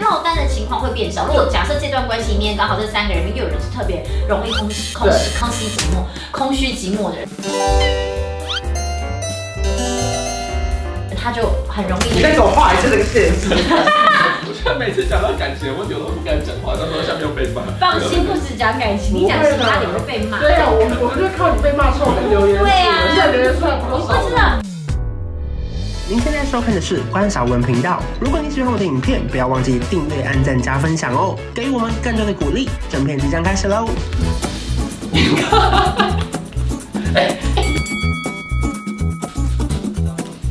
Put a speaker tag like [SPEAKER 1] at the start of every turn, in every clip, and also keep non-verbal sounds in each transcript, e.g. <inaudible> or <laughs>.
[SPEAKER 1] 落单的情况会变少。如果假设这段关系里面刚好这三个人里面又有人是特别容易空虚、空虚、空虚寂寞、空虚寂寞的人，他就很容易
[SPEAKER 2] 你再给我画一次这个线索。
[SPEAKER 3] 我现在每次讲到感情的问题，我都不敢讲话，到时候下面又被骂。
[SPEAKER 1] 放心，不止讲感情，你讲其他你会被骂。
[SPEAKER 2] 对啊，我我们就靠你被骂臭的留言数，
[SPEAKER 1] 对啊
[SPEAKER 2] 现在留言数还不
[SPEAKER 1] 你
[SPEAKER 2] 够
[SPEAKER 1] 不
[SPEAKER 2] 少。
[SPEAKER 1] 知道。
[SPEAKER 4] 您现在收看的是关少文频道。如果你喜欢我的影片，不要忘记订阅、按赞、加分享哦，给予我们更多的鼓励。整片即将开始喽！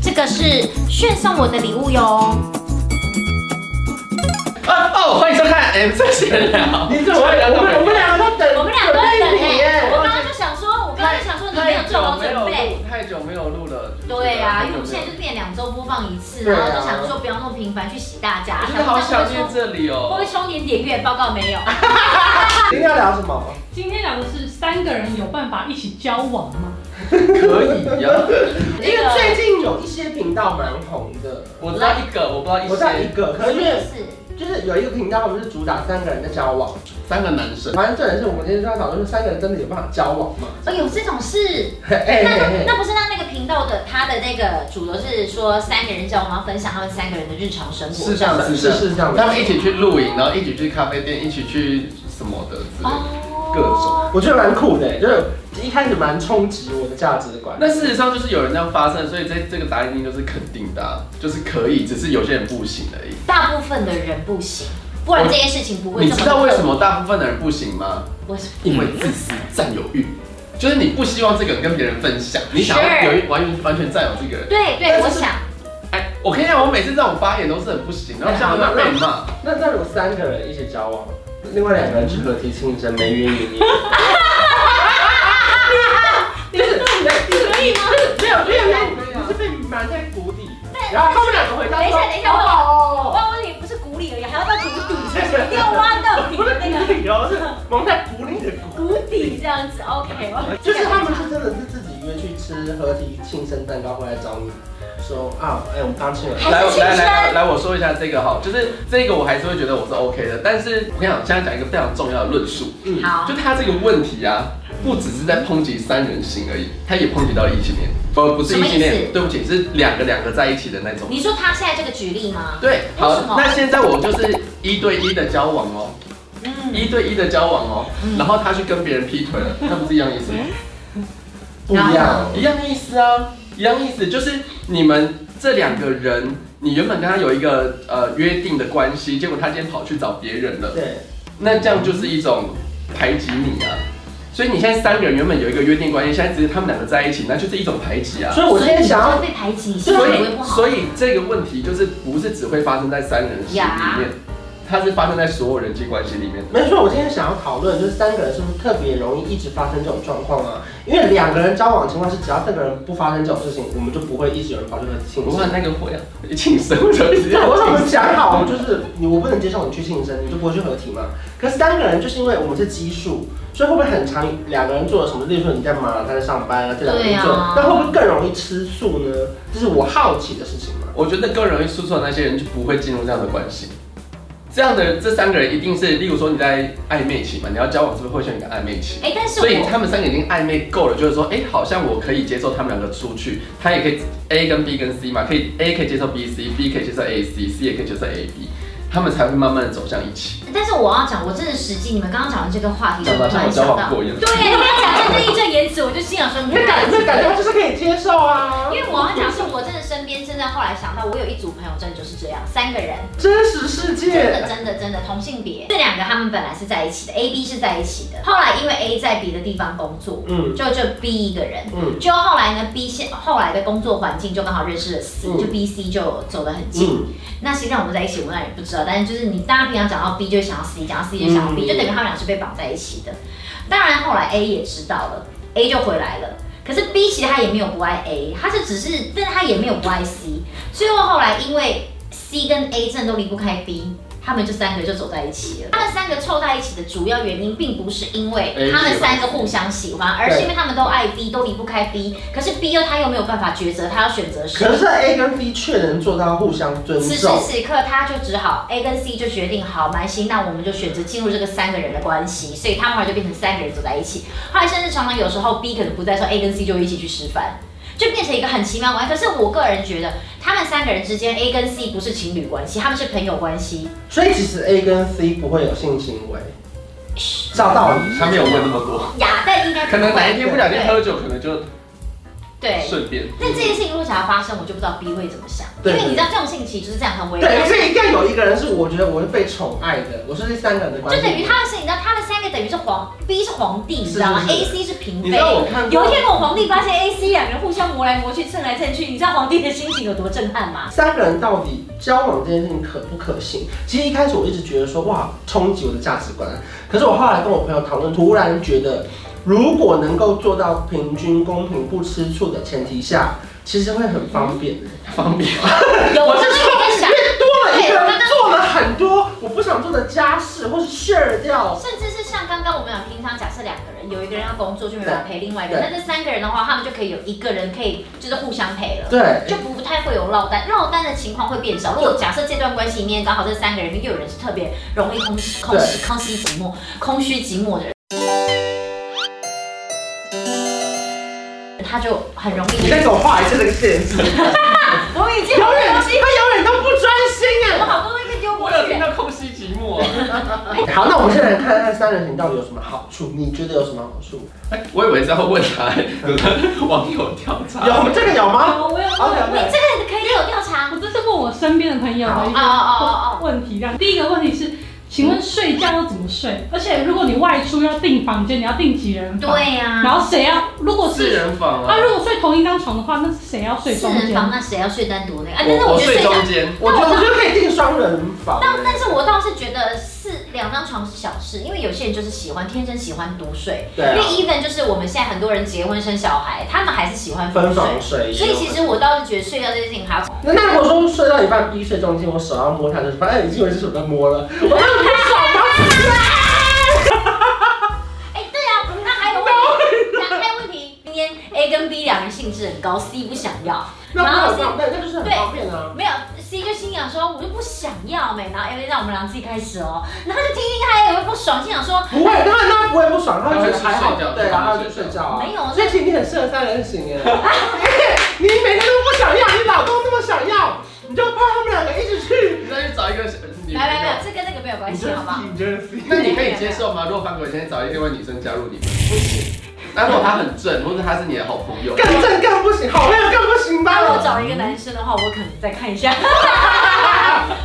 [SPEAKER 1] 这个是炫送我的礼物哟。
[SPEAKER 3] 啊哦，欢迎收看 M 在闲聊。
[SPEAKER 2] 你这我我们我们两个都等，
[SPEAKER 1] 我们两个都等
[SPEAKER 2] 你
[SPEAKER 1] 哎，我
[SPEAKER 2] 耶。
[SPEAKER 1] 刚刚就想说，我刚刚就想说你没有做好准备。，
[SPEAKER 3] 太久没有录了。就是
[SPEAKER 1] 对啊，因为我们
[SPEAKER 3] 太久没有
[SPEAKER 1] 现在就变两周播放一次，
[SPEAKER 2] 对啊
[SPEAKER 1] 然后就想说不要那么频繁去洗大家，
[SPEAKER 3] 我真的好想念这里
[SPEAKER 1] 会不会
[SPEAKER 3] 哦。
[SPEAKER 1] 充点点阅报告没有？ <laughs>
[SPEAKER 2] 今天要聊什么？
[SPEAKER 5] 今天聊的是三个人有办法一起交往吗？
[SPEAKER 3] 可以呀，
[SPEAKER 2] 因为最近有一些频道蛮红的，
[SPEAKER 3] 我知道一个，我不知道一
[SPEAKER 2] 我在一
[SPEAKER 3] 些。
[SPEAKER 2] 个，可是因为
[SPEAKER 1] 是哦
[SPEAKER 2] 就是有一个频道，他们是主打三个人的交往。
[SPEAKER 3] 三个男生，
[SPEAKER 2] 反正重点是我们今天就要讨论，是三个人真的有办法交往哎吗？
[SPEAKER 1] 哦，有这种事？
[SPEAKER 2] 嘿嘿
[SPEAKER 1] 那
[SPEAKER 2] 嘿
[SPEAKER 1] 那不是他那个频道的他的那个主流是说三个人交往，然后分享他们三个人的日常生活。
[SPEAKER 3] 是这样子
[SPEAKER 2] 是是这样
[SPEAKER 3] 他
[SPEAKER 2] 的。
[SPEAKER 3] 们一起去露营，然后一起去咖啡店，一起去什么的之类的。
[SPEAKER 1] 哦
[SPEAKER 3] 各种
[SPEAKER 2] 我觉得蛮酷的，就是一开始蛮冲击我的价值观。
[SPEAKER 3] 那事实上就是有人这样发生，所以这这个答案一定就是肯定的啊、就是可以，只是有些人不行而已。
[SPEAKER 1] 大部分的人不行，不然这件事情不会
[SPEAKER 3] 你
[SPEAKER 1] 这么。
[SPEAKER 3] 知道为什？么大部分的人不行吗？
[SPEAKER 1] 为什么？
[SPEAKER 3] 因为自私、占有欲，就是你不希望这个人跟别人分享，你想要
[SPEAKER 1] Sure
[SPEAKER 3] 有一完全完全占有这个人。
[SPEAKER 1] 对
[SPEAKER 2] 但
[SPEAKER 1] 对，
[SPEAKER 2] 是
[SPEAKER 1] 我
[SPEAKER 2] 是
[SPEAKER 1] 想。
[SPEAKER 3] 哎，我跟你讲，我每次这种发言都是很不行，然后像我被骂。
[SPEAKER 2] 那那如果三个人一起交往，另外两个人去合体庆生，没约你，就是可以吗？没有没有没有，你是被埋在谷底，然后他们两个回到
[SPEAKER 1] 等一下等一下我我
[SPEAKER 2] 哦，
[SPEAKER 1] 要问你，不是谷里而已，还要到谷底，一定要挖到底
[SPEAKER 2] 不是
[SPEAKER 1] 的那个
[SPEAKER 2] 谷底哦，是蒙在鼓里的谷，
[SPEAKER 1] 谷底这样子。OK，我
[SPEAKER 2] 就是他们是真的是自己约去吃合体庆生蛋糕回来找你，说啊，哎，我们刚庆了。
[SPEAKER 3] 来，
[SPEAKER 1] 还
[SPEAKER 3] 我
[SPEAKER 1] 是
[SPEAKER 3] 来来来
[SPEAKER 1] 青春
[SPEAKER 3] 来，我说一下这个哈，就是这个我还是会觉得我是 OK 的，但是我跟你讲，现在讲一个非常重要的论述，
[SPEAKER 2] 嗯
[SPEAKER 1] 好
[SPEAKER 3] 就，他这个问题啊，不只是在抨击三人行而已，他也抨击到了异性恋，不不是异性
[SPEAKER 1] 什么意
[SPEAKER 3] 恋，
[SPEAKER 1] 思
[SPEAKER 3] 对不起，是两个两个在一起的那种。
[SPEAKER 1] 你说他现在这个举例吗？
[SPEAKER 3] 对，
[SPEAKER 1] 为什么
[SPEAKER 3] 好，那现在我就是一对一的交往哦，
[SPEAKER 1] 嗯，
[SPEAKER 3] 一对一的交往哦，然后他去跟别人劈
[SPEAKER 1] <laughs>
[SPEAKER 3] 腿了，那不是一样意思吗？
[SPEAKER 2] 不一样，
[SPEAKER 3] 一样意思啊，一样意思，就是你们这两个人，你原本跟他有一个呃约定的关系，结果他今天跑去找别人了，
[SPEAKER 2] 对，
[SPEAKER 3] 那这样就是一种排挤你啊。所以你现在三个人原本有一个约定关系，现在只是他们两个在一起，那就是一种排挤啊。
[SPEAKER 2] 所以我今天想要
[SPEAKER 1] 所以你被排挤，心
[SPEAKER 3] 所
[SPEAKER 1] 情
[SPEAKER 3] 以
[SPEAKER 1] 会不，好。
[SPEAKER 3] 所以这个问题就是不是只会发生在三人行里面
[SPEAKER 1] 呀，
[SPEAKER 3] 它是发生在所有人际关系里面的。
[SPEAKER 2] 没错，我今天想要讨论就是三个人是不是特别容易一直发生这种状况啊？因为两个人交往的情况是，只要这个人不发生这种事情，我们就不会一直有人跑去和庆
[SPEAKER 3] 我
[SPEAKER 2] 生
[SPEAKER 3] 问。那个会啊，庆生为什么一直
[SPEAKER 2] 对，
[SPEAKER 3] 要
[SPEAKER 2] 我怎
[SPEAKER 3] 庆
[SPEAKER 2] 么
[SPEAKER 3] 生？
[SPEAKER 2] 讲好？我就是你，我不能接受你去庆生，你就不会去合体嘛。可是三个人就是因为我们是奇数，所以会不会很常两个人做了什么？例如说你在忙，他在上班啊，这两个人做
[SPEAKER 1] 对啊，
[SPEAKER 2] 那会不会更容易吃素呢？这是我好奇的事情嘛。
[SPEAKER 3] 我觉得更容易出错的那些人就不会进入这样的关系。这样的这三个人一定是，例如说你在暧昧期嘛，你要交往是不是会选一个暧昧期？
[SPEAKER 1] 哎，但是
[SPEAKER 3] 所以
[SPEAKER 1] 我
[SPEAKER 3] 他们三个已经暧昧够了，就是说，哎、好像我可以接受他们两个出去，他也可以 A 跟 B 跟 C 嘛，可以 A 可以接受 B，C，B 可以接受 A，C，C 也可以接受 AB，他们才会慢慢的走向一起。
[SPEAKER 1] 但是我要讲，我真的实际，你们刚刚讲的这个话题，
[SPEAKER 3] 讲
[SPEAKER 1] 我
[SPEAKER 3] 到
[SPEAKER 1] 突
[SPEAKER 3] 像我
[SPEAKER 1] 然
[SPEAKER 3] 交
[SPEAKER 1] 想到，
[SPEAKER 3] 往过一样，
[SPEAKER 1] 嗯对，你刚讲这个义正言辞，我就心想说，你嗯
[SPEAKER 2] 那感那感觉他就是可以接受啊
[SPEAKER 1] 因，为我要讲是我真的身边真的后来想到，我有一组朋友真的就是这样，三个人，
[SPEAKER 2] 真实世
[SPEAKER 1] 真
[SPEAKER 2] 界
[SPEAKER 1] 的。真的真的同性别，这两个他们本来是在一起的，A B 是在一起的，后来因为 A 在别的地方工作，
[SPEAKER 2] 嗯
[SPEAKER 1] 就就 B 一个人。
[SPEAKER 2] 嗯
[SPEAKER 1] 就后来呢，B 现后来的工作环境就刚好认识了 C，、
[SPEAKER 2] 嗯
[SPEAKER 1] 就 B、C 就走得很近。
[SPEAKER 2] 嗯，
[SPEAKER 1] 那实际上我们在一起，我们也不知道，但是就是你大家平常讲到 B 就会想到 C，讲到 C 就想到 B，、
[SPEAKER 2] 嗯
[SPEAKER 1] 就等于他们俩是被绑在一起的。当然后来 A 也知道了，A 就回来了。可是 B 其实他也没有不爱 A，他是只是，但是他也没有不爱 C。最后后来因为 C 跟 A 真的都离不开 B，他们就三个就走在一起了。他们三个凑在一起的主要原因，并不是因为
[SPEAKER 3] A
[SPEAKER 1] 他们
[SPEAKER 3] 喜欢
[SPEAKER 1] 三个
[SPEAKER 3] C
[SPEAKER 1] 互相喜欢，而
[SPEAKER 2] 对
[SPEAKER 1] 是因为他们都爱 B，都离不开 B。可是 B 又他又没有办法抉择，他要选择谁
[SPEAKER 2] 可。是 A 跟 B 却能做到互相尊
[SPEAKER 1] 此时
[SPEAKER 2] 重，
[SPEAKER 1] 此刻，他就只好 A 跟 C 就决定好，蛮心，那我们就选择进入这个三个人的关系，所以他们后来就变成三个人走在一起。后来甚至常常有时候 B 可能不在的时候，A 跟 C 就会一起去吃饭，就变成一个很奇妙的关系。可是我个人觉得，他们三个人之间，A 跟 C 不是情侣关系，他们是朋友关系。
[SPEAKER 2] 所以其实 A 跟 C 不会有性行为，照道理。
[SPEAKER 3] 他没有问那么多，
[SPEAKER 1] 雅但应该不
[SPEAKER 3] 可能哪
[SPEAKER 2] <laughs>
[SPEAKER 3] 一
[SPEAKER 1] 会，
[SPEAKER 3] 天不小心喝酒，可能就
[SPEAKER 1] 对。
[SPEAKER 3] 顺便。
[SPEAKER 1] 但这件事情如果想要发生，我就不知道 B 会怎么想，因
[SPEAKER 2] 对
[SPEAKER 1] 为你知道这种事情其实就是这样很微妙。
[SPEAKER 2] 对，所以一定要有一个人是我觉得我是被宠爱的，我是这三个人的关
[SPEAKER 1] 就
[SPEAKER 2] 系。
[SPEAKER 1] 等于他们是，你知道他们三个等于是皇，B 是皇帝，你知道吗
[SPEAKER 2] 是是
[SPEAKER 1] ？A
[SPEAKER 2] 是
[SPEAKER 1] C 是嫔
[SPEAKER 2] 你知道
[SPEAKER 1] 妃。
[SPEAKER 2] 我看
[SPEAKER 1] 有一
[SPEAKER 2] 过
[SPEAKER 1] 天，我皇帝发现 A、C 两人互相磨来磨去，蹭来蹭去，你知道皇帝的心情有多震撼吗？
[SPEAKER 2] 三个人到底交往这件事情可不可行？其实一开始我一直觉得说哇，冲击我的价值观。可是我后来跟我朋友讨论，突然觉得，如果能够做到平均公平、不吃醋的前提下，其实会很方便。
[SPEAKER 3] 方便，
[SPEAKER 1] 有，我就是有在想，
[SPEAKER 2] 多了一个人做了很多我不想做的家事，或是 share 掉。
[SPEAKER 1] 甚至是像刚刚我们讲，平常假设两个人有一个人要工作，就没有人陪另外一个人，
[SPEAKER 2] 对
[SPEAKER 1] 那这三个人的话，他们就可以有一个人可以就是互相陪了。
[SPEAKER 2] 对，
[SPEAKER 1] 就不太会有落单，落单的情况会变少。如果假设这段关系里面刚好这三个人里面又有人是特别容易空空
[SPEAKER 2] 对
[SPEAKER 1] 空虚寂寞、空虚寂寞的人，他就很容易
[SPEAKER 2] 你
[SPEAKER 1] 就
[SPEAKER 2] 再给我画一次这个限 <laughs> 制，永
[SPEAKER 1] 我已经好不
[SPEAKER 2] 远
[SPEAKER 1] 容
[SPEAKER 2] 他永远都不专心
[SPEAKER 1] 易，
[SPEAKER 2] <laughs>
[SPEAKER 1] 我
[SPEAKER 2] 哎。
[SPEAKER 1] 好不容易就丢过
[SPEAKER 3] 我有
[SPEAKER 1] 去
[SPEAKER 3] 听
[SPEAKER 1] 了。
[SPEAKER 3] 到空隙寂寞啊。
[SPEAKER 2] 好，那我们现在来看看三人行到底有什么好处？你觉得有什么好处？
[SPEAKER 3] 哎我以为是要问他，有的网友调查，
[SPEAKER 2] 有这个有
[SPEAKER 3] 啊
[SPEAKER 2] 吗？
[SPEAKER 5] 我有
[SPEAKER 2] <laughs> 好
[SPEAKER 5] 问，
[SPEAKER 1] 你这个可以有调查
[SPEAKER 5] 我这是问我身边的朋友的一
[SPEAKER 1] 哦哦
[SPEAKER 5] 些
[SPEAKER 1] 哦
[SPEAKER 5] 问题。这样，第一个问题是，请问睡觉要怎么睡？而且如果你外出要订房间，你要订几人房？
[SPEAKER 1] 对啊呀、
[SPEAKER 5] 然后谁要？如果
[SPEAKER 3] 四
[SPEAKER 5] 是
[SPEAKER 3] 人房
[SPEAKER 5] 他
[SPEAKER 3] 啊，
[SPEAKER 5] 如果睡同一张床的话，那是谁要睡
[SPEAKER 1] 四
[SPEAKER 5] 中
[SPEAKER 1] 人
[SPEAKER 5] 间？
[SPEAKER 1] 房那谁要睡单独那个？啊，但是
[SPEAKER 3] 我
[SPEAKER 1] 我
[SPEAKER 3] 我
[SPEAKER 1] 觉得
[SPEAKER 3] 睡
[SPEAKER 1] 睡单
[SPEAKER 3] 中间，
[SPEAKER 2] 我觉得我觉得可以订双人房。
[SPEAKER 1] 但但是我倒是觉得四两张床是小事，因为有些人就是喜欢天生喜欢独睡，
[SPEAKER 2] 对啊
[SPEAKER 1] 因为 even 就是我们现在很多人结婚生小孩，他们还是喜欢独
[SPEAKER 2] 分
[SPEAKER 1] 睡。
[SPEAKER 2] 房睡，
[SPEAKER 1] 所以其实我倒是觉得睡觉这件事情还要，
[SPEAKER 2] 那那如果说睡到一半，B 睡中间，我手要摸他的时候，发现已经有一只手在摸了，我就很不爽 <laughs> 吗？
[SPEAKER 1] 哎、对啊，那还有问题，那还有问题，今天 A 跟 B 两人兴致很高，C 不想要，
[SPEAKER 2] <laughs> 那
[SPEAKER 1] 然
[SPEAKER 2] 那
[SPEAKER 1] 后
[SPEAKER 2] 我
[SPEAKER 1] C
[SPEAKER 2] 那那就是很方便啊。
[SPEAKER 1] 没有 C 就心想说，我就不想要没，然后 A 让我们俩自己开始哦，然后就听听他也会不爽，心想说
[SPEAKER 2] 不会，当然他不会不爽，他会觉得还好
[SPEAKER 3] 他会去睡觉，
[SPEAKER 2] 对，然后他就睡觉啊。
[SPEAKER 1] 没有
[SPEAKER 2] 所以其实你很适合三人行哎，因为你每天都不想要，你老公那么想要，你就怕他们两个一起去。
[SPEAKER 3] 你再去找一个女
[SPEAKER 1] 来来
[SPEAKER 3] 朋友
[SPEAKER 1] 来，。这跟那个没有关
[SPEAKER 2] 你
[SPEAKER 1] 系，
[SPEAKER 2] 真
[SPEAKER 1] 好不好？
[SPEAKER 2] 你真是
[SPEAKER 3] 那你可以接受吗？如果范国今天找一另外女生加入你们，不行。那如果她很正，或者她是你的好朋友，
[SPEAKER 2] 更正更不行，好朋友更不行吧？
[SPEAKER 1] 那我找一个男生的话，我可能再看一下。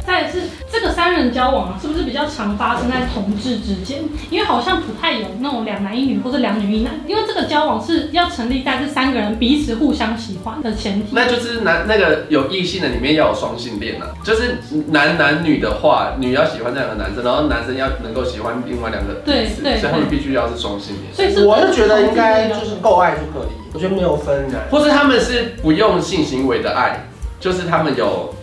[SPEAKER 5] 再来是这个三人交往啊，是不是比较常发生在同志之间？因为好像不太有那种两男一女或者两女一男，因为这个交往是要成立在这三个人彼此互相喜欢的前提。
[SPEAKER 3] 那就是男那个有异性的里面要有双性恋啊，就是男男女的话，女要喜欢这两个男生，然后男生要能够喜欢另外两个
[SPEAKER 5] 对
[SPEAKER 3] 女子
[SPEAKER 5] 对
[SPEAKER 3] 所以他们必须要是双性恋，
[SPEAKER 5] 所以是
[SPEAKER 2] 我是觉得应该就是够爱就可以，我觉得没
[SPEAKER 1] <laughs>
[SPEAKER 2] 有分男。
[SPEAKER 3] 或是他们是不用性行为的爱，就是他们有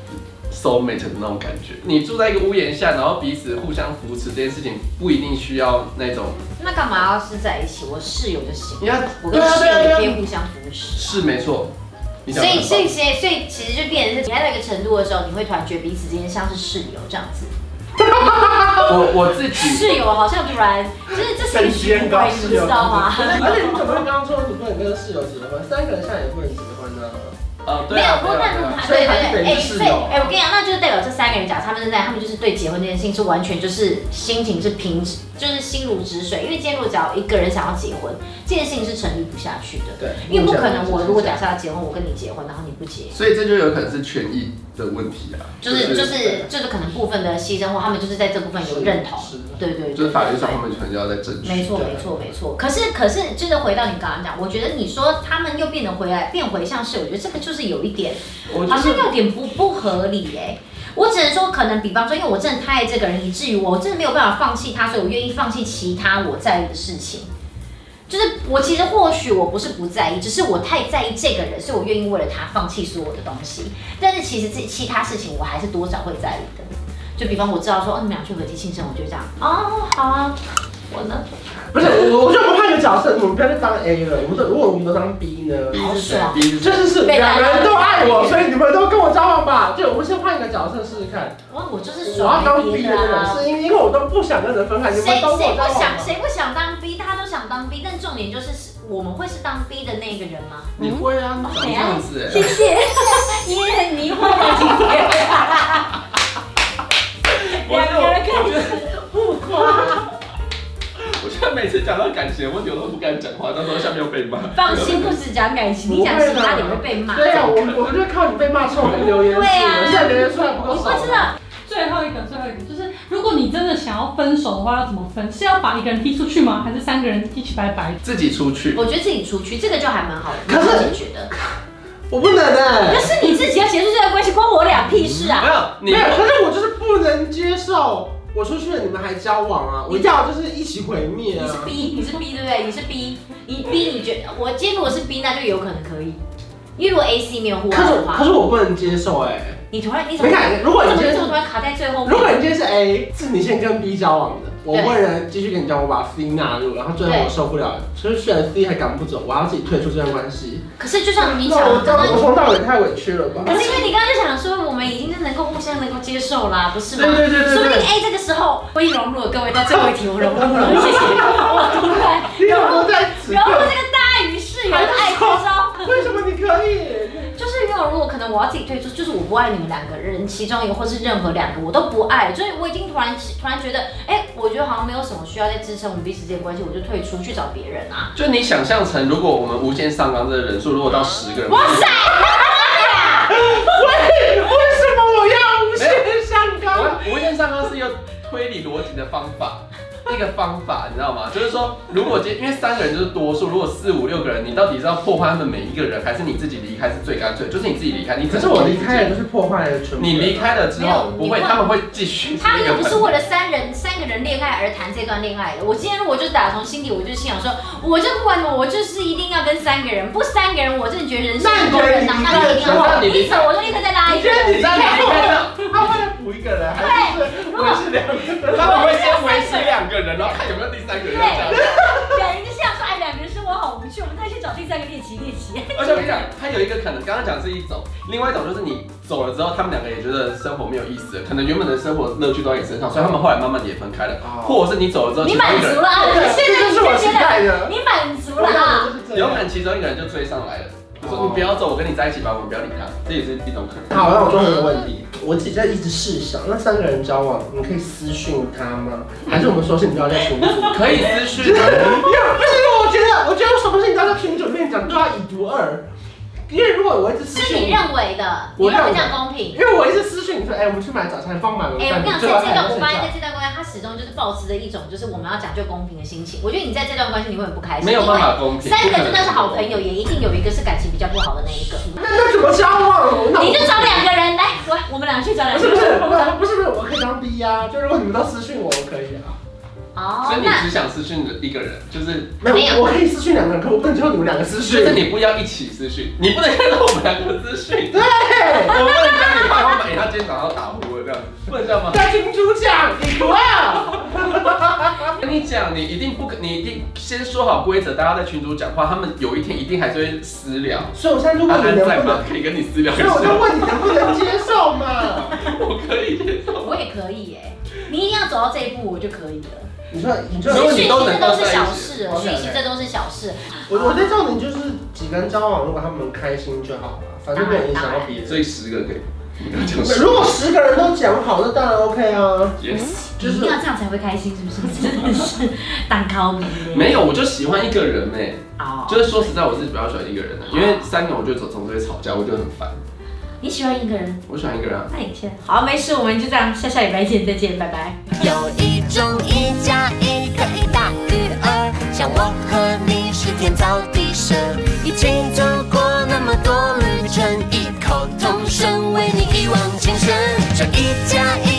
[SPEAKER 3] soul mate 的那种感觉。你住在一个屋檐下，然后彼此互相扶持这件事情，不一定需要那种
[SPEAKER 1] 那干嘛要是在一起？我室友就行，
[SPEAKER 3] 你要
[SPEAKER 1] 我跟室友也可以互相扶持。
[SPEAKER 3] 是没错。你
[SPEAKER 1] 所
[SPEAKER 3] 讲得
[SPEAKER 1] 以，
[SPEAKER 3] 很棒
[SPEAKER 1] 所以，所以，所以，其实就变成是，你爱到一个程度的时候，你会突然觉得彼此之间像是室友这样子。
[SPEAKER 3] 我我自己，
[SPEAKER 1] 室友好像突然就是这是一个循环，你知道吗？
[SPEAKER 2] 而且你怎么会刚刚说你不能跟室友结婚？三个人现在也不能结婚呢、
[SPEAKER 3] 呃，对
[SPEAKER 1] 没有
[SPEAKER 3] 啊，，
[SPEAKER 1] 不过
[SPEAKER 3] 对啊
[SPEAKER 1] 那
[SPEAKER 3] 对啊
[SPEAKER 1] 如
[SPEAKER 2] 所以
[SPEAKER 1] 对
[SPEAKER 2] 还是
[SPEAKER 1] 对
[SPEAKER 2] 等
[SPEAKER 1] 对，
[SPEAKER 2] 于
[SPEAKER 1] 哎，
[SPEAKER 2] 室
[SPEAKER 1] 所以
[SPEAKER 2] 友
[SPEAKER 1] 哎，我跟你讲，那就是代表这三个人，假如他们是在，他们就是对结婚这件事情是完全就是心情是平，就是心如止水。因为今天如果只要一个人想要结婚，这件事情是成立不下去的。
[SPEAKER 2] 对，
[SPEAKER 1] 因为不可能，我如果假设要结婚，我跟你结婚，然后你不结，
[SPEAKER 3] 所以这就有可能是权益的问题啊，
[SPEAKER 1] 就是就是就是可能部分的牺牲或他们就是在这部分有认同
[SPEAKER 2] 是，
[SPEAKER 1] 对对对，
[SPEAKER 3] 就是法律上
[SPEAKER 1] 对
[SPEAKER 3] 他们可能要在争取。
[SPEAKER 1] 没错，
[SPEAKER 2] 对
[SPEAKER 1] 没错，没错。可是，可是，就是回到你刚刚讲，我觉得你说他们又变得回来，变回像是，我觉得这个就是有一点，
[SPEAKER 3] 我
[SPEAKER 1] 好
[SPEAKER 3] 就
[SPEAKER 1] 像
[SPEAKER 3] 是
[SPEAKER 1] 有点不不合理哎、我只能说，可能比方说，因为我真的太爱这个人，以至于我真的没有办法放弃他，所以我愿意放弃其他我在意的事情。就是我其实或许我不是不在意，只是我太在意这个人，所以我愿意为了他放弃所有的东西。但是其实这其他事情我还是多少会在意的。就比方我知道说，哦，你们俩去合体庆生，我就这样，哦，好啊，我呢，
[SPEAKER 2] 不是我，我就不换个角色，你们不要再当 A 了。我们都如果我们都当 B 呢？
[SPEAKER 1] 好爽
[SPEAKER 3] 第一次
[SPEAKER 2] 就是是
[SPEAKER 1] 被
[SPEAKER 2] 两
[SPEAKER 1] 打
[SPEAKER 2] 个
[SPEAKER 1] 压
[SPEAKER 2] 人都爱我，所以你们都跟我交往吧。对，我们先换一个角色试试看。
[SPEAKER 1] 我我就是
[SPEAKER 2] 我
[SPEAKER 1] 爽
[SPEAKER 2] 要当
[SPEAKER 1] 没
[SPEAKER 2] B
[SPEAKER 1] 别
[SPEAKER 2] 的
[SPEAKER 1] 的
[SPEAKER 2] 那
[SPEAKER 1] 啊
[SPEAKER 2] 种，。是因为因为我都不想跟人分开，啊你
[SPEAKER 1] 谁
[SPEAKER 2] 们都跟我
[SPEAKER 1] 谁
[SPEAKER 2] 交
[SPEAKER 1] 不
[SPEAKER 2] 往
[SPEAKER 1] 想
[SPEAKER 2] 吧。
[SPEAKER 1] 谁不想当 B？大家都想当 B，但重点就是是我们会是当 B 的那个人吗？
[SPEAKER 2] <laughs>
[SPEAKER 3] 你会啊，你长这样子哎、
[SPEAKER 1] 谢谢， <laughs> 你也很迷惑我今天。两个人
[SPEAKER 3] 我
[SPEAKER 1] 看
[SPEAKER 3] 觉
[SPEAKER 1] 你
[SPEAKER 3] 得
[SPEAKER 1] 不夸，
[SPEAKER 3] 我现在每次讲到感情的问题，我都不敢讲话，到时候下面又被骂。
[SPEAKER 1] 放心，不止讲感情，你讲其他你会被骂。
[SPEAKER 2] 对啊，我我们就靠你被骂臭的留言数
[SPEAKER 1] 对啊
[SPEAKER 2] 了，现在留言出来不够
[SPEAKER 1] 我
[SPEAKER 2] 少。
[SPEAKER 1] 真的，
[SPEAKER 5] 最后一个，最后一个就是，如果你真的想要分手的话，要怎么分？是要把一个人踢出去吗？还是三个人一起拜拜？
[SPEAKER 3] 自己出去，
[SPEAKER 1] 我觉得自己出去这个就还蛮好的，
[SPEAKER 2] 可是
[SPEAKER 1] 我自己觉得。
[SPEAKER 2] 我不能哎、
[SPEAKER 1] 可是你自己要结束这段关系，关我俩屁事啊！
[SPEAKER 3] 没有
[SPEAKER 2] 没
[SPEAKER 3] 你
[SPEAKER 2] 有，可是我就是不能接受，我出去了你们还交往啊，我要就是一起毁灭
[SPEAKER 1] 你是
[SPEAKER 2] 啊。
[SPEAKER 1] B，你是 B 对不对？你是 B，你 B 你觉得我今天如果是 B，那就有可能可以，因为如果 A C 没有互
[SPEAKER 2] 可
[SPEAKER 1] 换
[SPEAKER 2] 是
[SPEAKER 1] 的
[SPEAKER 2] 我可
[SPEAKER 1] 话，
[SPEAKER 2] 是我不能接受哎、
[SPEAKER 1] 你突然你怎
[SPEAKER 2] 你
[SPEAKER 1] 么
[SPEAKER 2] 看，如果你
[SPEAKER 1] 怎么
[SPEAKER 2] 今
[SPEAKER 1] 你怎
[SPEAKER 2] 天
[SPEAKER 1] 么突然卡在最后面？
[SPEAKER 2] 如果你今天是 A，是你先跟 B 交往的，我
[SPEAKER 1] 对
[SPEAKER 2] 为了继续跟你交往，我把 C 纳入，然后最后我受不了，所以虽然 C 还赶不走，我要自己退出这段关系。
[SPEAKER 1] 可是就像你
[SPEAKER 2] 那
[SPEAKER 1] 讲
[SPEAKER 2] 我
[SPEAKER 1] 的，
[SPEAKER 2] 刚
[SPEAKER 1] 刚
[SPEAKER 2] 刚
[SPEAKER 1] 刚
[SPEAKER 2] 我从头到尾太委屈了吧？
[SPEAKER 1] 可是因为你刚刚就想说，我们已经是能够互相能够接受啦，不是吗？
[SPEAKER 2] 对对对对对
[SPEAKER 1] 说不定 A 这个时候我已融入了各位，但最后一题我融不入了，谢谢。我突然
[SPEAKER 2] 你怎么在此
[SPEAKER 1] 融入
[SPEAKER 2] 刻？
[SPEAKER 1] 这个大鱼室友的爱之中，
[SPEAKER 2] 为什么你可以？
[SPEAKER 1] 就是因为如果可能我要自己退出，就是我不爱你们两个人其中一个，或是任何两个我都不爱，所以我已经突然突然觉得，哎，我觉得好像没有什么需要再支撑我们彼此之间的关系，我就退出去找别人啊。
[SPEAKER 3] 就你想象成，如果我们无限上纲这个人数，如果到十个人，
[SPEAKER 1] 哇塞！
[SPEAKER 2] 为为什么我要无限上纲？
[SPEAKER 3] 哎我无限上纲是一个推理逻辑的方法， <laughs> 一个方法，你知道吗？就是说，如果今因为三个人就是多数，如果四五六个人，你到底是要破坏他们每一个人，还是你自己离开是最干脆？就是你自己离开，你
[SPEAKER 2] 可是我离开了，就是破坏了全部。
[SPEAKER 3] 你离，开了之后
[SPEAKER 1] 没有
[SPEAKER 3] 不会，
[SPEAKER 1] 你会
[SPEAKER 3] 他们会继续。
[SPEAKER 1] 他们又不是为了三人三个人恋爱而谈这段恋爱的。我今天如果就打从心底，我就心想说，我就不管什么，我就是一定要跟三个人，不三个人，我真的觉得人生
[SPEAKER 2] 那你
[SPEAKER 1] 多人呐，
[SPEAKER 2] 觉
[SPEAKER 1] 那
[SPEAKER 2] 得
[SPEAKER 1] 就
[SPEAKER 2] 你
[SPEAKER 1] 一定要
[SPEAKER 3] 那你
[SPEAKER 1] 一走我就立刻再拉一个。
[SPEAKER 2] 你
[SPEAKER 3] 你知道你离开了，
[SPEAKER 2] 他为了补一个人，还是维持两个人？
[SPEAKER 3] 他们会先维持两个人，然后看有没有第三个人这样子。
[SPEAKER 1] 两人就想说，哎，两个人生活好无趣，我们再去找第三个猎奇猎
[SPEAKER 2] <laughs>
[SPEAKER 1] 奇。
[SPEAKER 3] 而且我跟你讲，他有一个可能，刚刚讲是一种，另外一种就是你走了之后，他们两个也觉得生活没有意思了，可能原本的生活乐趣都在你身上，所以他们后来慢慢的也分开了，
[SPEAKER 2] 哦
[SPEAKER 3] 或者是你走了之后，
[SPEAKER 1] 你
[SPEAKER 3] 其中
[SPEAKER 1] 满
[SPEAKER 3] 一个
[SPEAKER 1] 足
[SPEAKER 3] 人
[SPEAKER 1] 了啊？
[SPEAKER 2] 对
[SPEAKER 1] 现在
[SPEAKER 2] 这就是我期待的
[SPEAKER 1] 你满足了啊？
[SPEAKER 3] 有可能其中一个人就追上来了，就说
[SPEAKER 2] 哦
[SPEAKER 3] 你不要走，我跟你在一起吧，我们不要理他，这也是一种可能。
[SPEAKER 2] 好，那我最后一个问题，我自己在一直试想，那三个人交往，你可以私讯他吗？还是我们说是你要在群主？
[SPEAKER 3] 可以私讯啊，
[SPEAKER 1] <laughs>
[SPEAKER 2] 没有，不是因为我觉得，啊我觉得什么事情都要在群主面讲，都要以毒二。因为如果我一直私
[SPEAKER 1] 是
[SPEAKER 2] 讯
[SPEAKER 1] 你
[SPEAKER 2] 你，
[SPEAKER 1] 认为的，你
[SPEAKER 2] 我
[SPEAKER 1] 认
[SPEAKER 2] 认
[SPEAKER 1] 为
[SPEAKER 2] 为
[SPEAKER 1] 这样公平
[SPEAKER 2] 因？为我一直私讯你说，哎，我们去买早餐，帮忙我
[SPEAKER 1] 哎、我跟你讲，
[SPEAKER 2] 最
[SPEAKER 1] 在
[SPEAKER 2] 后
[SPEAKER 1] 这
[SPEAKER 2] 还
[SPEAKER 1] 段我
[SPEAKER 2] 是睡
[SPEAKER 1] 发现，
[SPEAKER 2] 觉
[SPEAKER 1] 在。这段关系，他始终就是保持着一种就是我们要讲究公平的心情。我觉得你在这段关系你会很不开心，
[SPEAKER 3] 没
[SPEAKER 1] 因
[SPEAKER 3] 有
[SPEAKER 1] 为
[SPEAKER 3] 办法公平。
[SPEAKER 1] 三个就算是好朋友，也一定有一个是感情比较不好的那一个。
[SPEAKER 2] 那那怎么交往？那我
[SPEAKER 1] 你就找两个人来，我我们俩去找两
[SPEAKER 2] 不
[SPEAKER 1] 个
[SPEAKER 2] 是不
[SPEAKER 1] 人。
[SPEAKER 2] 是不是不是不是，我可以当 B 啊，就如果你们都私讯我，我可以啊。
[SPEAKER 1] 哦
[SPEAKER 3] 所以，你
[SPEAKER 1] 那
[SPEAKER 3] 只想私讯一个人，就是
[SPEAKER 1] 没有
[SPEAKER 2] 我可以私讯两个人，可我不能接受你们两个私
[SPEAKER 3] 就是
[SPEAKER 2] 讯。
[SPEAKER 3] 你不要一起私讯，你不能看到我们两个私讯。
[SPEAKER 2] 对，
[SPEAKER 3] <laughs> 我不能讲你坏话，哎，他今天早上打呼了这样，不能这样吗？
[SPEAKER 2] 在群主讲，你不要。
[SPEAKER 3] 跟你讲，你一定不可，你一定先说好规则，大家在群主讲话，他们有一天一定还是会私聊。
[SPEAKER 2] 所以我现在如果
[SPEAKER 3] 安
[SPEAKER 2] 你能
[SPEAKER 3] 安
[SPEAKER 2] 不
[SPEAKER 3] 在
[SPEAKER 2] 能
[SPEAKER 3] 吗？，可以跟你私聊一
[SPEAKER 2] 所以我就
[SPEAKER 3] 下。
[SPEAKER 2] 问你能不能接受嘛？
[SPEAKER 3] 我可以接受。
[SPEAKER 1] 我也可以耶、你一定要走到这一步，我就可以了。
[SPEAKER 2] <laughs> 你说你
[SPEAKER 1] 其
[SPEAKER 2] 说
[SPEAKER 3] 如果
[SPEAKER 1] 实
[SPEAKER 3] 你
[SPEAKER 1] 讯息
[SPEAKER 3] 都
[SPEAKER 1] 这
[SPEAKER 3] 能
[SPEAKER 1] 都
[SPEAKER 3] 够
[SPEAKER 1] 是
[SPEAKER 3] 在一起
[SPEAKER 1] 小事，
[SPEAKER 2] OK，OK
[SPEAKER 1] 讯息这都是小事。
[SPEAKER 2] 我我对重点就是几个人交往，如果他们开心就好了，反正没有影响到别人。
[SPEAKER 3] 所以十个可以，你刚讲十
[SPEAKER 2] 如果十个人都讲好，那当然 OK 啊。
[SPEAKER 3] ，yes，
[SPEAKER 2] 就
[SPEAKER 1] 一
[SPEAKER 2] 是
[SPEAKER 1] 定要这样才会开心，是不是？真的
[SPEAKER 3] <laughs>
[SPEAKER 1] 是蛋糕迷耶
[SPEAKER 3] 没有，我就喜欢一个人哎、
[SPEAKER 1] 哦，
[SPEAKER 3] 就是说实在，我是比较喜欢一个人的，因为三个人我就总总是会吵架，我就很烦。
[SPEAKER 1] 你喜欢一个人，
[SPEAKER 3] 我喜欢一个人、啊。
[SPEAKER 1] 那你先好，没事，我们就这样，下下礼拜见，再见，拜拜。
[SPEAKER 6] 有一种一加一可以大于二，像我和你是天造地设，一起走过那么多旅程，异口同声为你一往情深。这一加一